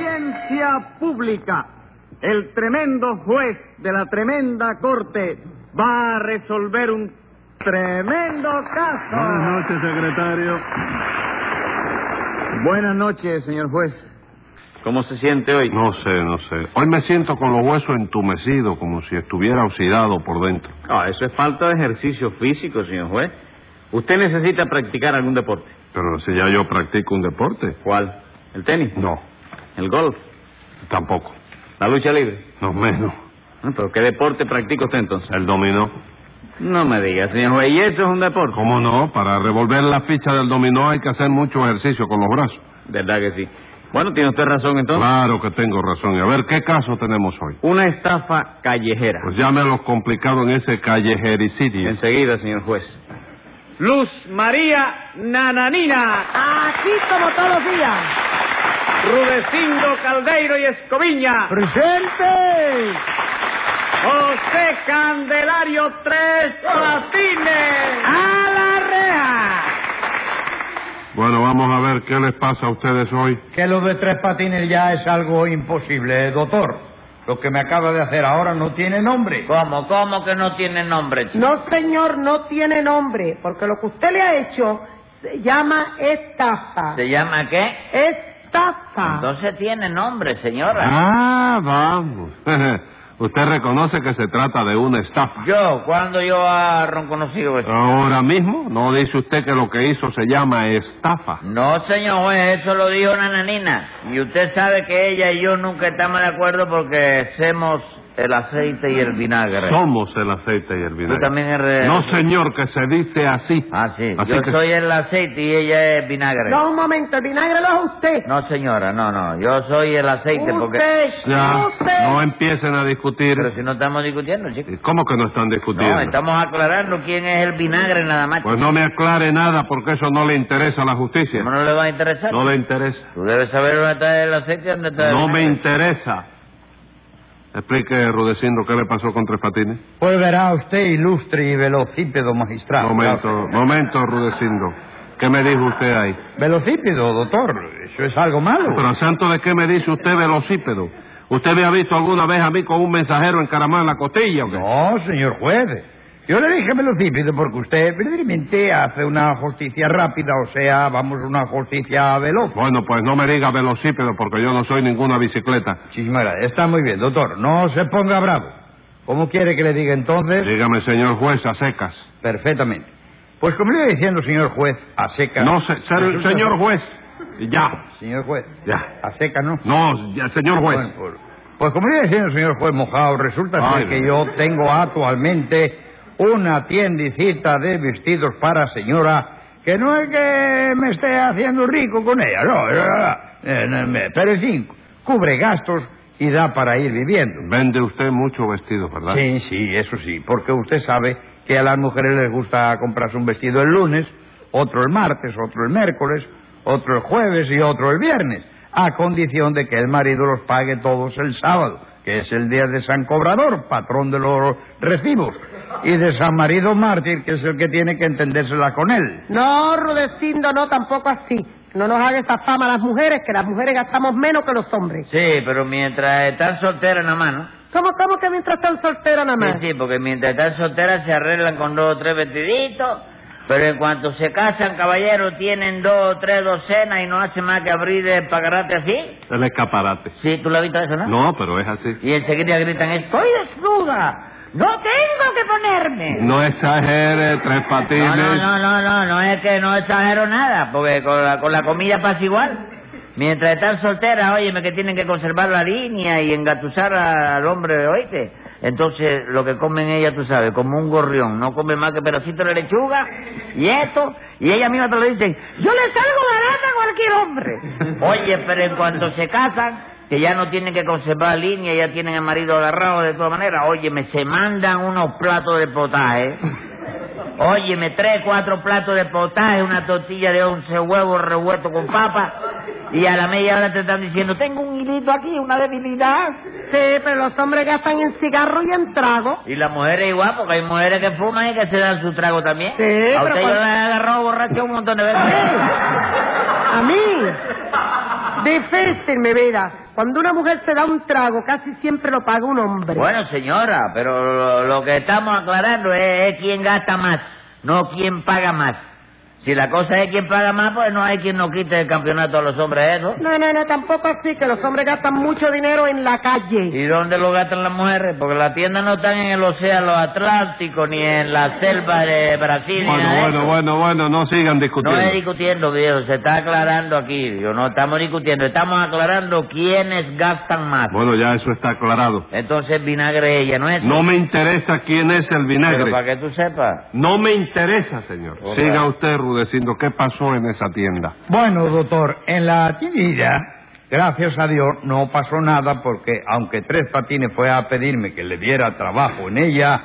audiencia pública. El tremendo juez de la tremenda corte va a resolver un tremendo caso. Buenas noches, secretario. Buenas noches, señor juez. ¿Cómo se siente hoy? No sé, no sé. Hoy me siento con los huesos entumecidos, como si estuviera oxidado por dentro. No, Ah, eso es falta de ejercicio físico, señor juez. Usted necesita practicar algún deporte. Pero si ya yo practico un deporte. ¿Cuál? ¿El tenis? No, ¿El golf? tampoco. ¿La lucha libre? No menos. Ah, ¿Pero qué deporte practica usted entonces? El dominó. No me diga, señor juez. ¿Y eso es un deporte? ¿Cómo no? Para revolver la ficha del dominó hay que hacer mucho ejercicio con los brazos. ¿Verdad que sí? Bueno, tiene usted razón entonces. Claro que tengo razón. Y a ver, ¿qué caso tenemos hoy? Una estafa callejera. Pues llame a los complicados en ese callejericidio. Enseguida, señor juez. Luz María Nananina. Aquí como todos los días. Rudecindo Caldeiro y Escoviña. ¡Presente! José Candelario Tres Platines. ¡A la reja! Bueno, vamos a ver qué les pasa a ustedes hoy. Que lo de tres patines ya es algo imposible, eh, doctor. Lo que me acaba de hacer ahora no tiene nombre. ¿Cómo? ¿Cómo que no tiene nombre, chico? No, señor, no tiene nombre, porque lo que usted le ha hecho se llama estafa. ¿Se llama qué? Estafa. Entonces tiene nombre, señora. Ah, vamos. Usted reconoce que se trata de una estafa. Yo, cuando yo a Ah. reconocido eso? Ahora mismo no dice usted que lo que hizo se llama estafa. No, señor juez, eso lo dijo Nananina. Y usted sabe que ella y yo nunca estamos de acuerdo porque hacemos el aceite y el vinagre. Somos el aceite y el Tú vinagre. también eres... No, señor, que se dice así. Ah, sí. Así yo que- soy el aceite y ella es vinagre. No, un momento, el vinagre lo es usted. No, señora, no, no. Yo soy el aceite porque... Usted, Ya, usted. no empiecen a discutir. Pero si no estamos discutiendo, chicos. ¿Cómo que no están discutiendo? No, estamos aclarando quién es el vinagre nada más. Pues no me aclare nada porque eso no le interesa a la justicia. ¿Cómo no le va a interesar? No le interesa. Tú debes saber dónde está el aceite y dónde está el No me vinagre. interesa. Explique, Rudecindo, qué le pasó con Tres Patines. Pues verá usted, ilustre y velocípedo magistrado. momento, momento, Rudecindo. ¿Qué me dijo usted ahí? Velocípedo, doctor. Eso es algo malo. Pero santo de qué me dice usted velocípedo. ¿Usted me ha visto alguna vez a mí con un mensajero encaramado en la costilla? o qué? No, señor juez. Yo le dije velocípedo porque usted verdaderamente hace una justicia rápida, o sea, vamos, una justicia veloz. Bueno, pues no me diga velocípedo porque yo no soy ninguna bicicleta. Muchísimas gracias. Está muy bien, doctor. No se ponga bravo. ¿Cómo quiere que le diga entonces? Dígame, señor juez, a secas. Perfectamente. Pues como le iba diciendo, señor juez, a seca. No, se- ser- Resulta- señor juez. Ya, Señor juez. ya. A seca, ¿no? No, ya, señor juez. Bueno, pues, pues como le iba diciendo, señor juez mojado, resulta ser Ay. que yo tengo actualmente una tiendicita de vestidos para señora que no es que me esté haciendo rico con ella, no, no, no, eh, no, me- pero en fin, cubre gastos y da para ir viviendo. Vende usted mucho vestido, ¿verdad? Sí, sí, eso sí, porque usted sabe que a las mujeres les gusta comprarse un vestido el lunes, otro el martes, otro el miércoles, otro el jueves y otro el viernes, a condición de que el marido los pague todos el sábado, que es el día de San Cobrador, patrón de los recibos, y de San Marido Mártir, que es el que tiene que entendérsela con él. No, Rudecindo, no, tampoco así. No nos haga esa fama a las mujeres, que las mujeres gastamos menos que los hombres. Sí, pero mientras están solteras nada más, ¿no? ¿Cómo, cómo que mientras están solteras nada más? Sí, sí, porque mientras están solteras se arreglan con dos o tres vestiditos, pero en cuanto se casan, caballero, tienen dos o tres docenas y no hacen más que abrir el pagarate así. El escaparate. Sí, ¿tú lo has visto eso, no? No, pero es así. Y enseguida gritan, estoy desnuda, no tengo que ponerme. No exagere, Tres Patines. No, no, no, no, no, no es que no exagero nada, porque con la, con la comida pasa igual. Mientras están solteras, óyeme, que tienen que conservar la línea y engatusar a- al hombre, oíste. Entonces, lo que comen ellas, tú sabes, como un gorrión, no comen más que pedacito de lechuga y esto, y ellas mismas te lo dicen, yo le salgo barata a cualquier hombre. Oye, pero en cuanto se casan, que ya no tienen que conservar línea, ya tienen el marido agarrado de todas maneras, óyeme, se mandan unos platos de potaje. Óyeme, tres, cuatro platos de potaje, una tortilla de once huevos revuelto con papa, y a la media hora te están diciendo, tengo un hilito aquí, una debilidad. Sí, pero los hombres gastan en cigarro y en trago. Y las mujeres igual, porque hay mujeres que fuman y que se dan su trago también. Sí, a pero usted yo cuando- la he agarrado borracho un montón de Sí. veces. A mí. Difícil, mi vida. Cuando una mujer se da un trago, casi siempre lo paga un hombre. Bueno, señora, pero lo, lo que estamos aclarando es, es quién gasta más, no quién paga más. Si la cosa es quién paga más, pues no hay quien nos quite el campeonato a los hombres, ¿eh, ¿eso? No, no, no, tampoco así, que los hombres gastan mucho dinero en la calle. ¿Y dónde lo gastan las mujeres? Porque las tiendas no están en el océano Atlántico ni en la selva de Brasil. ni Bueno, nada de bueno, eso. bueno, bueno, no sigan discutiendo. No es discutiendo, viejo, se está aclarando aquí. Digo, no estamos discutiendo, estamos aclarando quiénes gastan más. Bueno, ya eso está aclarado. Entonces, vinagre ella, ¿no es? No me interesa quién es el Pero para vinagre. que tú sepas. No me interesa, señor. Hola. Siga usted rudeciendo qué pasó en esa tienda. Bueno, doctor, en la tiendilla, gracias a Dios, no pasó nada porque aunque Tres Patines fue a pedirme que le diera trabajo en ella,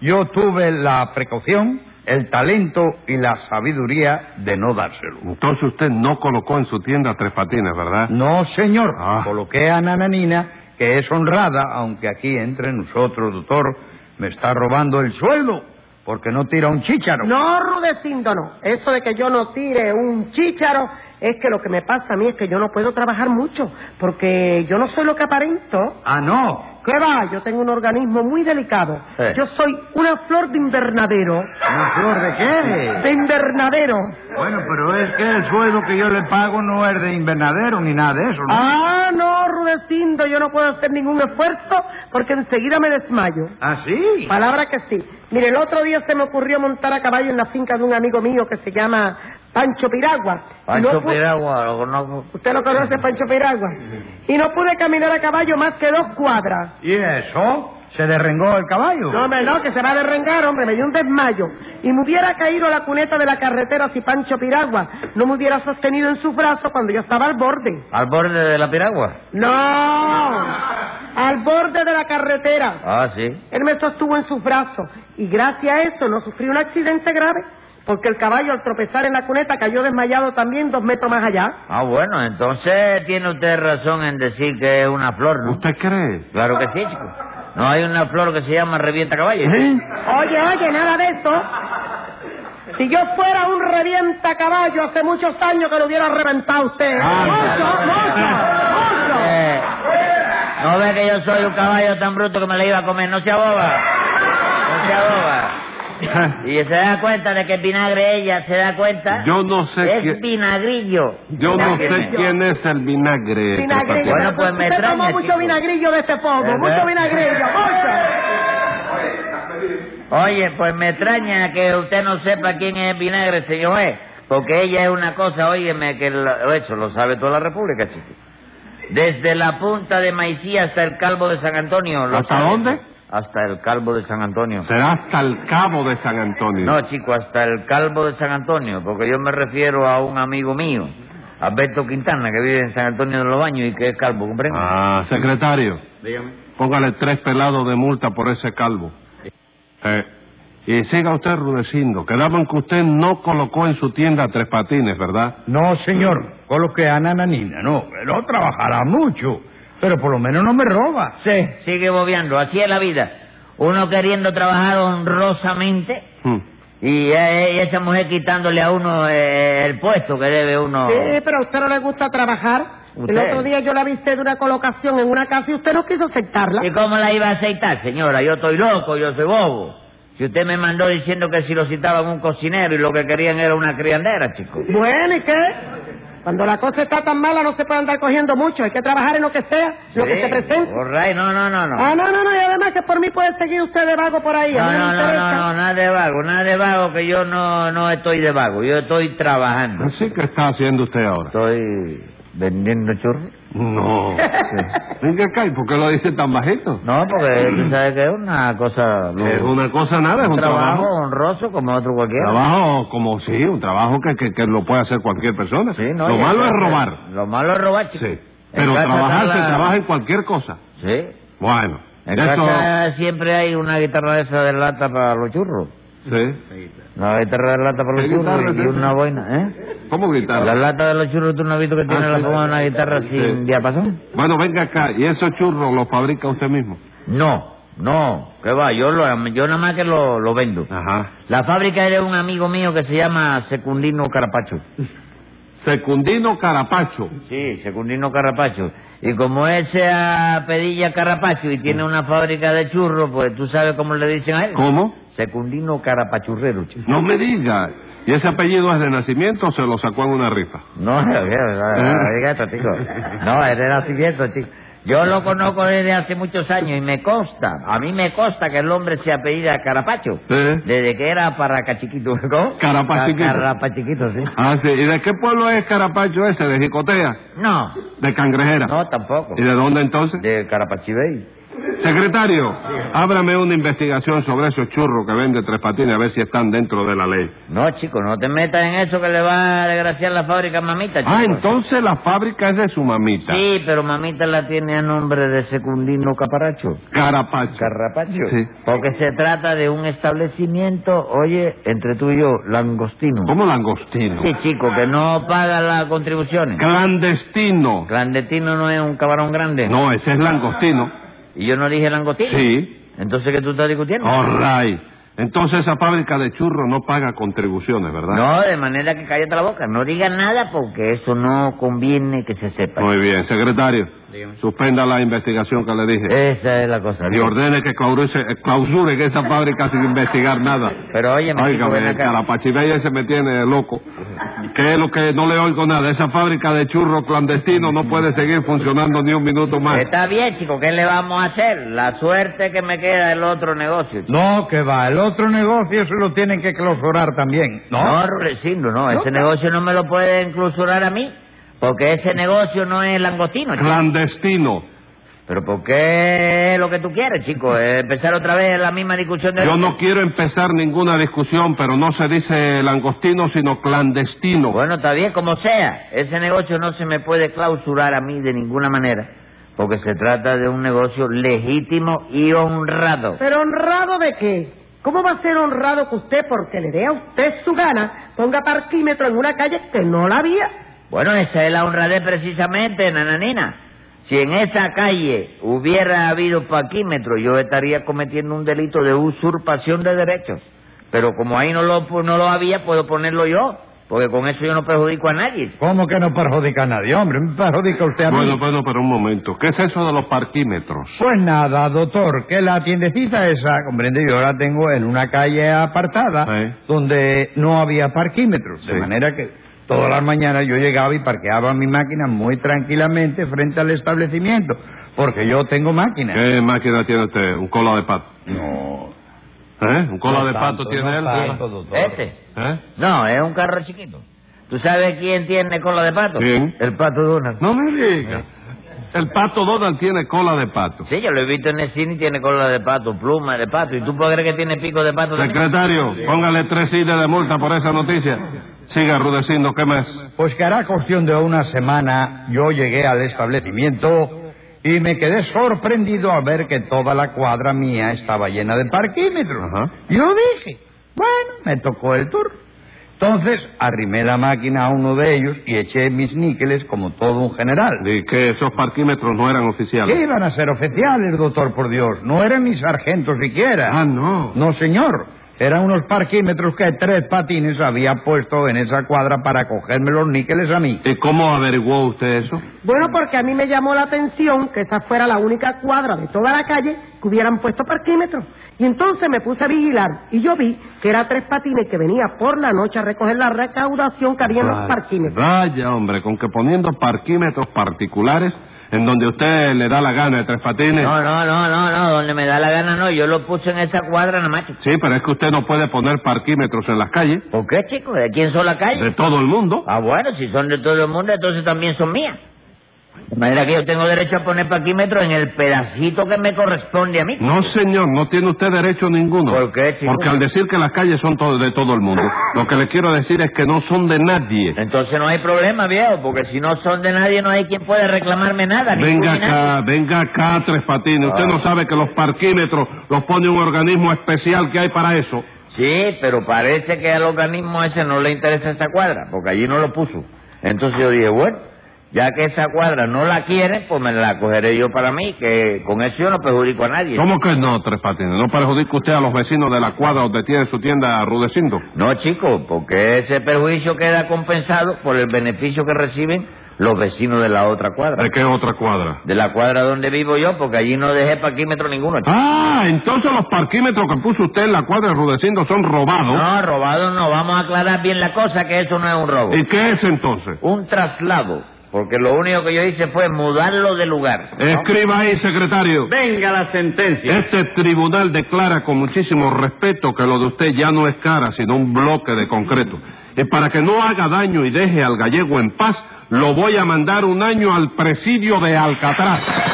yo tuve la precaución, el talento y la sabiduría de no dárselo. Entonces usted no colocó en su tienda tres patines, ¿verdad? No, señor. Ah. Coloqué a Nananina, que es honrada, aunque aquí entre nosotros, doctor, me está robando el sueldo porque no tira un chícharo. No, Rudecindo, no. Eso de que yo no tire un chícharo es que lo que me pasa a mí es que yo no puedo trabajar mucho, porque yo no soy lo que aparento. Ah, no. ¿Qué va? Yo tengo un organismo muy delicado. Eh. Yo soy una flor de invernadero. ¿Eh? ¿Una flor de De qué? invernadero. Bueno, pero es que el sueldo que yo le pago no es de invernadero ni nada de eso, ¿no? Ah, no, Rudecindo, yo no puedo hacer ningún esfuerzo porque enseguida me desmayo. ¿Ah, sí? Palabra que sí. Mire, el otro día se me ocurrió montar a caballo en la finca de un amigo mío que se llama Pancho Piragua. Pancho No pues- pu- Piragua, lo conozco. Usted lo conoce, Pancho Piragua. Y no pude caminar a caballo más que dos cuadras. ¿Y eso? ¿Se derrengó el caballo? No, hombre, no, que se va a derrengar, hombre, me dio un desmayo. Y me hubiera caído a la cuneta de la carretera si Pancho Piragua no me hubiera sostenido en sus brazos cuando yo estaba al borde. ¿Al borde de la piragua? ¡No! Al borde de la carretera. Ah, sí. Él me sostuvo en sus brazos y gracias a eso no sufrí un accidente grave porque el caballo al tropezar en la cuneta cayó desmayado también dos metros más allá. Ah, bueno, entonces tiene usted razón en decir que es una flor, ¿no? ¿Usted cree? Claro que sí, chico. No hay una flor que se llama revienta caballo. ¿Eh? Oye, oye, nada de eso. Si yo fuera un revienta caballo hace muchos años que lo hubiera reventado usted. Ah, mucho, mucho, mucho. Eh, no ve que yo soy un caballo tan bruto que me le iba a comer. No se aboba. No se aboba. Y se da cuenta de que es vinagre ella, se da cuenta. Yo no sé Es quién- vinagrillo. Yo no sé Vinagrillo. quién es el vinagre. Tres Vinagrillo. Patines. Bueno, pues me Usted tomó extraña, mucho chico. vinagrillo de este pomo, ¿Verdad? mucho vinagrillo, mucho. Oye, pues me extraña que usted no sepa quién es Vinagre, señor E. Porque ella es una cosa, óyeme, que lo- eso lo sabe toda la República, chico. Desde la punta de Maicí hasta el Calvo de San Antonio. lo ¿Hasta sabe. dónde? Hasta el Calvo de San Antonio. Será hasta el cabo de San Antonio. No, chico, hasta el Calvo de San Antonio, porque yo me refiero a un amigo mío, Alberto Quintana, que vive en San Antonio de los Baños y que es calvo, ¿comprende? Ah, secretario, Dígame. póngale tres pelados de multa por ese calvo. Eh, y siga usted rudeciendo. Quedaban que usted no colocó en su tienda tres patines, ¿verdad? No, señor. Coloqué a Nananina, no. No trabajará mucho, pero por lo menos no me roba. Sí. Sigue bobeando, así es la vida. Uno queriendo trabajar honrosamente Hmm. y, eh, y esa mujer quitándole a uno eh, el puesto que debe uno. Sí, pero a usted no le gusta trabajar. El Usted. otro día yo la viste de una colocación en una casa y usted no quiso aceptarla. ¿Y cómo la iba a aceitar, señora? Yo estoy loco, yo soy bobo. Si usted me mandó diciendo que si lo citaban un cocinero y lo que querían era una criandera, chico. Bueno, ¿y qué? Cuando la cosa está tan mala no se puede andar cogiendo mucho, hay que trabajar en lo que sea, lo que Sí, se presente. all right, no, no, no, no. Ah, no, no, no, y además que por mí puede seguir usted de vago por ahí. a No, mí no, me no, interesa. no, no, nada de vago, nada de vago, que yo no, no estoy de vago, yo estoy trabajando. Así que está haciendo usted ahora. Estoy vendiendo churros. No. Venga acá, ¿y por qué lo dice tan bajito? No, Eh. porque tú sabes que es una cosa... Es una cosa nada, es un trabajo. honroso como otro cualquiera. Trabajo como sí, un trabajo que, que, que lo puede hacer cualquier persona. Sí, no, lo y malo es entonces, robar. Lo malo es robar, chico. Sí. En Pero casa trabajar está se la- trabaja en cualquier cosa. Sí. Bueno. En eso- casa siempre hay una guitarra de esa de lata para los churros. Sí. Una guitarra de lata para los ¿Qué guitarra churros y es esa? una boina, ¿eh? ¿Cómo gritar? La lata de los churros, ¿tú no has visto que tiene Ah, la sí. forma de una guitarra Sí. sin diapasón? Bueno, venga acá. ¿Y esos churros los fabrica usted mismo? No, no, que va, yo lo, yo nada más que lo, lo vendo. Ajá. La fábrica era un amigo mío que se llama Secundino Carapacho. Secundino Carapacho. Sí, Secundino Carrapacho. Y como es a Pedilla Carrapacho y tiene una fábrica de churros, pues tú sabes cómo le dicen a él. ¿Cómo? Secundino Carapachurrero, chico. No me diga. ¿Y ese apellido es de nacimiento o se lo sacó en una rifa? No, no, no, no, diga esto, chico. No, es de nacimiento, chico. Yo lo conozco desde hace muchos años y me consta, a mí me consta que el hombre se apellida Carapacho. Sí. Desde que era Paracachiquito, ¿cómo? Carapachiquito. Ca- Carapachiquito, sí. Ah, sí. ¿Y de qué pueblo es Carapacho ese? ¿De Jicotea? No, ¿De Cangrejera? no, tampoco. ¿Y de dónde entonces? De Carapachibey. Secretario, ábrame una investigación sobre esos churros que vende Tres Patines a ver si están dentro de la ley. No, chico, no te metas en eso que le va a desgraciar la fábrica a mamita, chico. Ah, entonces la fábrica es de su mamita. Sí, pero mamita la tiene a nombre de Secundino Caparacho. Carapacho. Carrapacho. Sí. Porque se trata de un establecimiento, oye, entre tú y yo, langostino. ¿Cómo langostino? Sí, chico, que no paga las contribuciones. Clandestino. Clandestino no es un cabrón grande. No, ese es langostino. ¿Y yo no dije langostino? Sí. Entonces, ¿qué tú estás discutiendo? All right. Entonces esa fábrica de churros no paga contribuciones, ¿verdad? No, de manera que cállate la boca. No digas nada porque eso no conviene que se sepa. Muy bien, secretario. Dígame. Suspenda la investigación que le dije. Esa es la cosa. Y ordene que clausure- clausuren esa fábrica sin investigar nada. Pero óyeme, chico, ven Óigame, acá. Carapachibey se me tiene loco. ¿Qué es lo que no le oigo nada? Esa fábrica de churros clandestino no puede seguir funcionando ni un minuto más. Está bien, chico, ¿qué le vamos a hacer? La suerte que me queda del otro negocio. chico. No, que va, el otro negocio eso lo tienen que clausurar también. No, Rudecindo, no, ese negocio no me lo pueden clausurar a mí, porque ese negocio no es langostino, chico. Clandestino. Pero ¿por qué es lo que tú quieres, chico? ¿Eh, ¿Empezar otra vez la misma discusión de... Yo no quiero empezar ninguna discusión, pero no se dice langostino, sino clandestino. Bueno, está bien, como sea, ese negocio no se me puede clausurar a mí de ninguna manera, porque se trata de un negocio legítimo y honrado. ¿Pero honrado de qué? ¿Cómo va a ser honrado que usted, porque le dé a usted su gana, ponga parquímetro en una calle que no la había? Bueno, esa es la honradez precisamente, nananina. Si en esa calle hubiera habido paquímetro, yo estaría cometiendo un delito de usurpación de derechos. Pero como ahí no lo, no lo había, puedo ponerlo yo, porque con eso yo no perjudico a nadie. ¿Cómo que no perjudica a nadie? Hombre, me perjudica usted a mí. Bueno, bueno, pero un momento. ¿Qué es eso de los parquímetros? Pues nada, doctor, que la tiendecita esa, comprende, yo la tengo en una calle apartada Sí. donde no había parquímetros, Sí. de manera que todas las mañanas yo llegaba y parqueaba mi máquina muy tranquilamente frente al establecimiento, porque yo tengo máquina. ¿Qué máquina tiene usted? ¿Un cola de pato? No. ¿Eh? ¿Un cola no de tanto, pato tiene no él? tanto, doctor. Este. ¿Eh? No, es un carro chiquito. ¿Tú sabes quién tiene cola de pato? ¿Quién? El pato Donald. No me diga. El pato Donald tiene cola de pato. Sí, yo lo he visto en el cine y tiene cola de pato, pluma de pato. ¿Y tú puedes creer que tiene pico de pato también? Secretario, póngale tres sillas de multa por esa noticia. Siga rudeciendo, ¿qué más? Pues que hará cuestión de una semana yo llegué al establecimiento y me quedé sorprendido al ver que toda la cuadra mía estaba llena de parquímetros. Ajá. Yo dije, bueno, me tocó el tour. Entonces arrimé la máquina a uno de ellos y eché mis níqueles como todo un general. Y que esos parquímetros no eran ¿Qué oficiales. iban a ser oficiales, doctor, por Dios? No eran mis sargentos siquiera. Ah, no. No, señor. Eran unos parquímetros que tres patines había puesto en esa cuadra para cogerme los níqueles a mí. ¿Y cómo averiguó usted eso? Bueno, porque a mí me llamó la atención que esa fuera la única cuadra de toda la calle que hubieran puesto parquímetro. Y entonces me puse a vigilar y yo vi que era tres patines que venía por la noche a recoger la recaudación que había en los Vaya, parquímetros. Vaya, hombre, con que poniendo parquímetros particulares en donde usted le da la gana de tres patines. No, no, no, no, no, donde me da la gana no. Yo lo puse en esa cuadra nada más, chico. Sí, pero es que usted no puede poner parquímetros en las calles ¿Por qué, chico? ¿De quién son las calles? de todo el mundo. Ah, bueno, si son de todo el mundo, entonces también son mías. De manera que yo tengo derecho a poner parquímetro en el pedacito que me corresponde a mí. No, señor, no tiene usted derecho ninguno. ¿Por qué, chico? Porque al decir que las calles son todo- de todo el mundo, lo que le quiero decir es que no son de nadie. Entonces no hay problema, viejo, porque si no son de nadie, no hay quien pueda reclamarme nada. ni Venga tú ni nadie. acá, venga acá, Tres Patines. Usted Ah. no sabe que los parquímetros los pone un organismo especial que hay para eso. Sí, pero parece que al organismo ese no le interesa esta cuadra, porque allí no lo puso. Entonces yo dije, bueno, Ya que esa cuadra no la quieren, pues me la cogeré yo para mí, que con eso yo no perjudico a nadie. ¿Cómo que no, Tres Patines? ¿No perjudica usted a los vecinos de la cuadra donde tiene su tienda Rudecindo? No, chico, porque ese perjuicio queda compensado por el beneficio que reciben los vecinos de la otra cuadra. ¿De qué otra cuadra? De la cuadra donde vivo yo, porque allí no dejé parquímetro ninguno. chico. Ah, entonces los parquímetros que puso usted en la cuadra de Rudecindo son robados. No, robado no. Vamos a aclarar bien la cosa, que eso no es un robo. ¿Y qué es entonces? Un traslado, porque lo único que yo hice fue mudarlo de lugar. Eh, ¿no? Escriba ahí, secretario. Venga la sentencia. Este tribunal declara con muchísimo respeto que lo de usted ya no es cara, sino un bloque de concreto. Y para que no haga daño y deje al gallego en paz, lo voy a mandar un año al presidio de Alcatraz.